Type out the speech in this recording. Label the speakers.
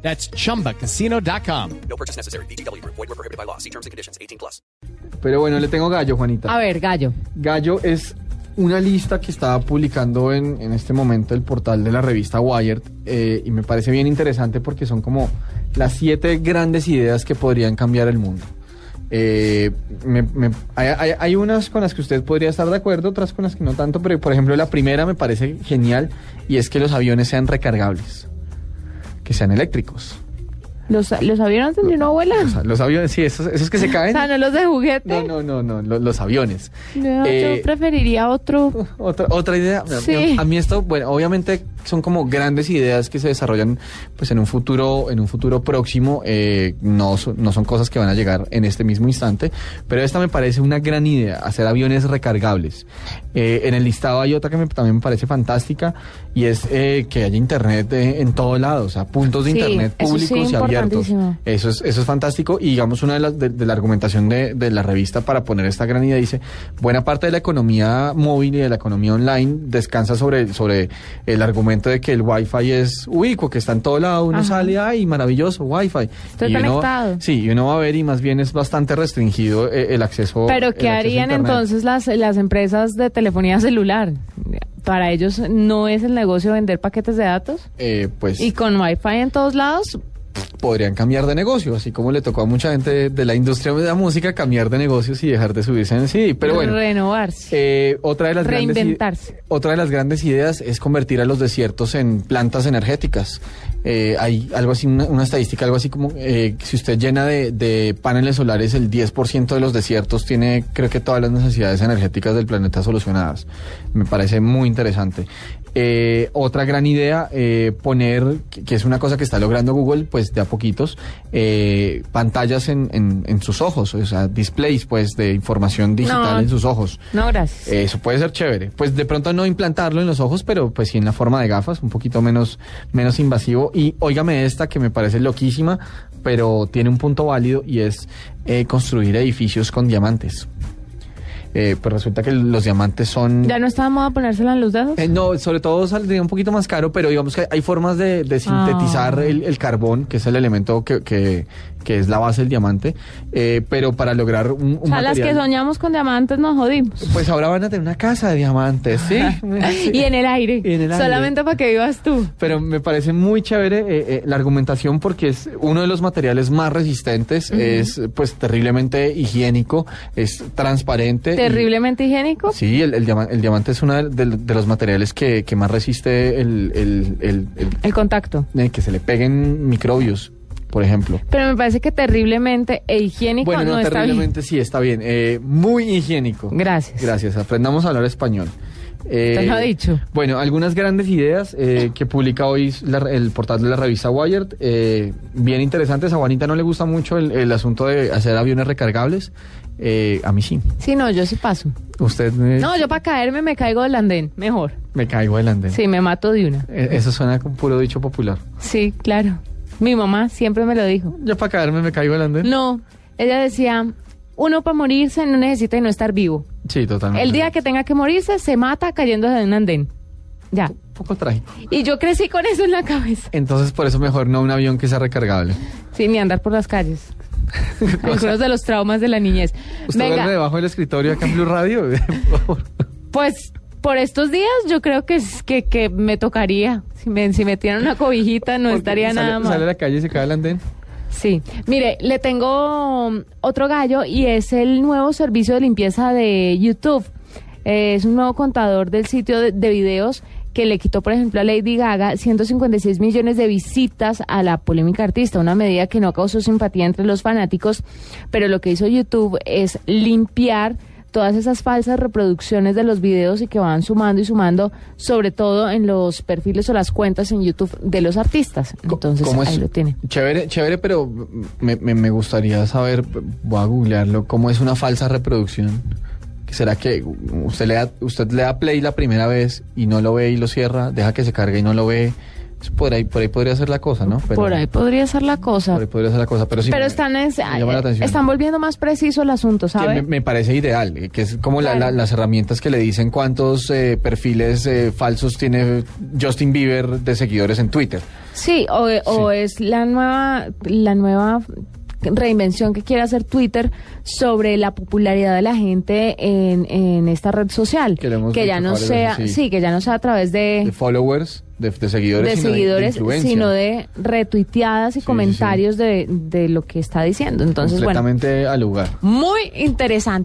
Speaker 1: That's chumbacasino.com.
Speaker 2: No purchase necessary. BGW. Void were prohibited by law. See terms and conditions. 18 plus.
Speaker 3: Pero bueno, le tengo gallo, Juanita.
Speaker 4: A ver, gallo.
Speaker 3: Gallo es una lista que estaba publicando en, en este momento el portal de la revista Wired eh, y me parece bien interesante porque son como las siete grandes ideas que podrían cambiar el mundo. Eh, me- me- hay, hay- hay unas con las que usted podría estar de acuerdo, otras con las que no tanto, pero por ejemplo la primera me parece genial y es que los aviones sean recargables, que sean eléctricos.
Speaker 4: ¿Los, los aviones de una abuela?
Speaker 3: O sea, los aviones, sí, esos, esos que se
Speaker 4: O
Speaker 3: caen.
Speaker 4: sea, no los de
Speaker 3: No,
Speaker 4: juguete.
Speaker 3: no, no, no, lo- los aviones.
Speaker 4: No,
Speaker 3: Eh, oh,
Speaker 4: yo preferiría otro.
Speaker 3: Otra, otra idea.
Speaker 4: Sí.
Speaker 3: A mí esto, bueno, obviamente son como grandes ideas que se desarrollan pues en un futuro, en un futuro próximo. eh, no, son- no son cosas que van a llegar en este mismo instante. Pero esta me parece una gran idea, hacer aviones recargables. Eh, en el listado hay otra que me- también me parece fantástica y es eh, que haya internet eh, en todo lado, o sea, puntos de
Speaker 4: Sí,
Speaker 3: internet
Speaker 4: eso sí,
Speaker 3: públicos y abiertos.
Speaker 4: importantísimo.
Speaker 3: Eso es, eso es fantástico. Y digamos, una de las de, de la argumentación de, de la revista para poner esta gran idea dice: buena parte de la economía móvil y de la economía online descansa sobre, sobre el argumento de que el Wi-Fi es ubicuo, que está en todo lado. Uno
Speaker 4: Ajá.
Speaker 3: sale, ay, maravilloso, Wi-Fi.
Speaker 4: Estoy
Speaker 3: y uno,
Speaker 4: conectado.
Speaker 3: Sí, y uno va a ver, y más bien es bastante restringido eh, el acceso.
Speaker 4: Pero
Speaker 3: el acceso
Speaker 4: ¿qué
Speaker 3: a
Speaker 4: harían
Speaker 3: Internet.
Speaker 4: entonces las, las empresas de telefonía celular? Para ellos no es el negocio vender paquetes de datos.
Speaker 3: Eh, pues
Speaker 4: Y con Wi-Fi en todos lados,
Speaker 3: podrían cambiar de negocio, así como le tocó a mucha gente de, de la industria de la música cambiar de negocios y dejar de subirse en sí. Pero bueno.
Speaker 4: renovarse.
Speaker 3: Eh, otra de las grandes i-
Speaker 4: Reinventarse.
Speaker 3: otra de las grandes ideas es convertir a los desiertos en plantas energéticas. Eh, hay algo así, una, una estadística, algo así como eh, que si usted llena de, de paneles solares, el 10% de los desiertos tiene, creo que todas las necesidades energéticas del planeta solucionadas. Me parece muy interesante. Eh, otra gran idea, eh, poner, que, que es una cosa que está logrando Google, pues de a poquitos, eh, pantallas en, en- en sus ojos, o sea, displays pues de información digital
Speaker 4: No.
Speaker 3: en sus ojos.
Speaker 4: no, gracias.
Speaker 3: Eso puede ser chévere. Pues de pronto no implantarlo en los ojos, pero pues sí en la forma de gafas, un poquito menos, menos invasivo. Y óigame esta que me parece loquísima, pero tiene un punto válido y es eh, construir edificios con diamantes. Eh, pues resulta que los diamantes son...
Speaker 4: ¿Ya no está de moda ponérsela en los dedos?
Speaker 3: Eh, no, sobre todo saldría un poquito más caro, pero digamos que hay formas de, de sintetizar
Speaker 4: Ah.
Speaker 3: el, el carbón, que es el elemento que, que- que es la base del diamante, eh, pero para lograr un, un
Speaker 4: o sea, las que
Speaker 3: material-
Speaker 4: soñamos con diamantes nos jodimos.
Speaker 3: Pues ahora van a tener una casa de diamantes, ¿sí? Sí.
Speaker 4: Y en el aire.
Speaker 3: Y en el aire.
Speaker 4: Solamente para que vivas tú.
Speaker 3: pero me parece muy chévere eh, eh, la argumentación porque es uno de los materiales más resistentes, es pues terriblemente higiénico, es transparente. eh, y-
Speaker 4: Terriblemente higiénico,
Speaker 3: Sí, el, el diama- el diamante es uno de, de- de los materiales que, que más resiste el, el- el- el-
Speaker 4: el contacto.
Speaker 3: eh, que se le peguen microbios, por ejemplo.
Speaker 4: Pero me parece que terriblemente e higiénico
Speaker 3: Bueno,
Speaker 4: no,
Speaker 3: no,
Speaker 4: está bien.
Speaker 3: terriblemente sí, está bien. eh, muy higiénico.
Speaker 4: Gracias.
Speaker 3: Gracias, aprendamos a hablar español. Eh,
Speaker 4: Te lo ha dicho.
Speaker 3: Bueno, algunas grandes ideas eh, que publica hoy la- el portal de la revista Wired, eh, bien interesantes. A Juanita no le gusta mucho el, el asunto de hacer aviones recargables. eh, a mí sí.
Speaker 4: Sí, no, yo sí paso.
Speaker 3: Usted eh,
Speaker 4: No, yo para caerme me caigo del andén, mejor.
Speaker 3: me caigo del andén.
Speaker 4: Sí, me mato de una.
Speaker 3: Eh, Eso suena como puro dicho popular.
Speaker 4: Sí, claro. Mi mamá siempre me lo dijo.
Speaker 3: Yo para caerme me caigo del andén.
Speaker 4: No, ella decía, uno para morirse no necesita de no estar vivo.
Speaker 3: Sí, totalmente.
Speaker 4: El día que tenga que morirse se mata cayéndose de un andén. Ya.
Speaker 3: Un poco trágico.
Speaker 4: Y yo crecí con eso en la cabeza.
Speaker 3: Entonces, por eso mejor no un avión que sea recargable.
Speaker 4: Sí, ni andar por las calles. Algunos de los traumas de la niñez.
Speaker 3: ¿Usted duerme
Speaker 4: Venga,
Speaker 3: debajo del escritorio acá en Blue Radio? Por favor.
Speaker 4: pues por estos días yo creo que, es- que, que me tocaría. Si me, si me tiran una cobijita no
Speaker 3: Porque
Speaker 4: estaría
Speaker 3: sale-
Speaker 4: nada mal.
Speaker 3: Sale a la calle y se cae al andén.
Speaker 4: Sí, mire, le tengo mm, otro gallo y es el nuevo servicio de limpieza de YouTube. Eh, es un nuevo contador del sitio de, de videos que le quitó, por ejemplo, a Lady Gaga 156 millones de visitas a la polémica artista, una medida que no causó simpatía entre los fanáticos, pero lo que hizo YouTube es limpiar todas esas falsas reproducciones de los videos y que van sumando y sumando, sobre todo en los perfiles o las cuentas en YouTube de los artistas. Entonces,
Speaker 3: ¿Cómo es?
Speaker 4: ahí lo tienen.
Speaker 3: Chévere, chévere, pero me, me- me gustaría saber, voy a googlearlo, cómo es una falsa reproducción. ¿Será que usted le, da, usted le da play la primera vez y no lo ve y lo cierra, deja que se cargue y no lo ve? Pues Por ahí, por ahí podría ser la cosa, ¿no? Pero-
Speaker 4: Por ahí podría ser la cosa.
Speaker 3: por ahí podría ser la cosa, pero sí.
Speaker 4: Pero
Speaker 3: me-
Speaker 4: están, es- eh,
Speaker 3: me llama la atención.
Speaker 4: están volviendo más preciso el asunto,
Speaker 3: Que me,
Speaker 4: ¿sabe?
Speaker 3: me parece ideal, eh, que es como la- la-
Speaker 4: Claro.
Speaker 3: las herramientas que le dicen cuántos eh, perfiles eh, falsos tiene Justin Bieber de seguidores en Twitter.
Speaker 4: Sí, o, eh, o es la nueva, la nueva reinvención que quiere hacer Twitter sobre la popularidad de la gente en, en esta red social.
Speaker 3: Que lo hemos
Speaker 4: ya
Speaker 3: dicho
Speaker 4: no
Speaker 3: varias
Speaker 4: sea,
Speaker 3: veces, sí.
Speaker 4: sí, que ya no sea a través
Speaker 3: De
Speaker 4: de,
Speaker 3: followers, de, de seguidores,
Speaker 4: de
Speaker 3: sino de- de
Speaker 4: seguidores,
Speaker 3: influencia.
Speaker 4: sino de retuiteadas y
Speaker 3: sí,
Speaker 4: comentarios De, de lo que está diciendo. Entonces, bueno,
Speaker 3: completamente al lugar.
Speaker 4: muy interesante.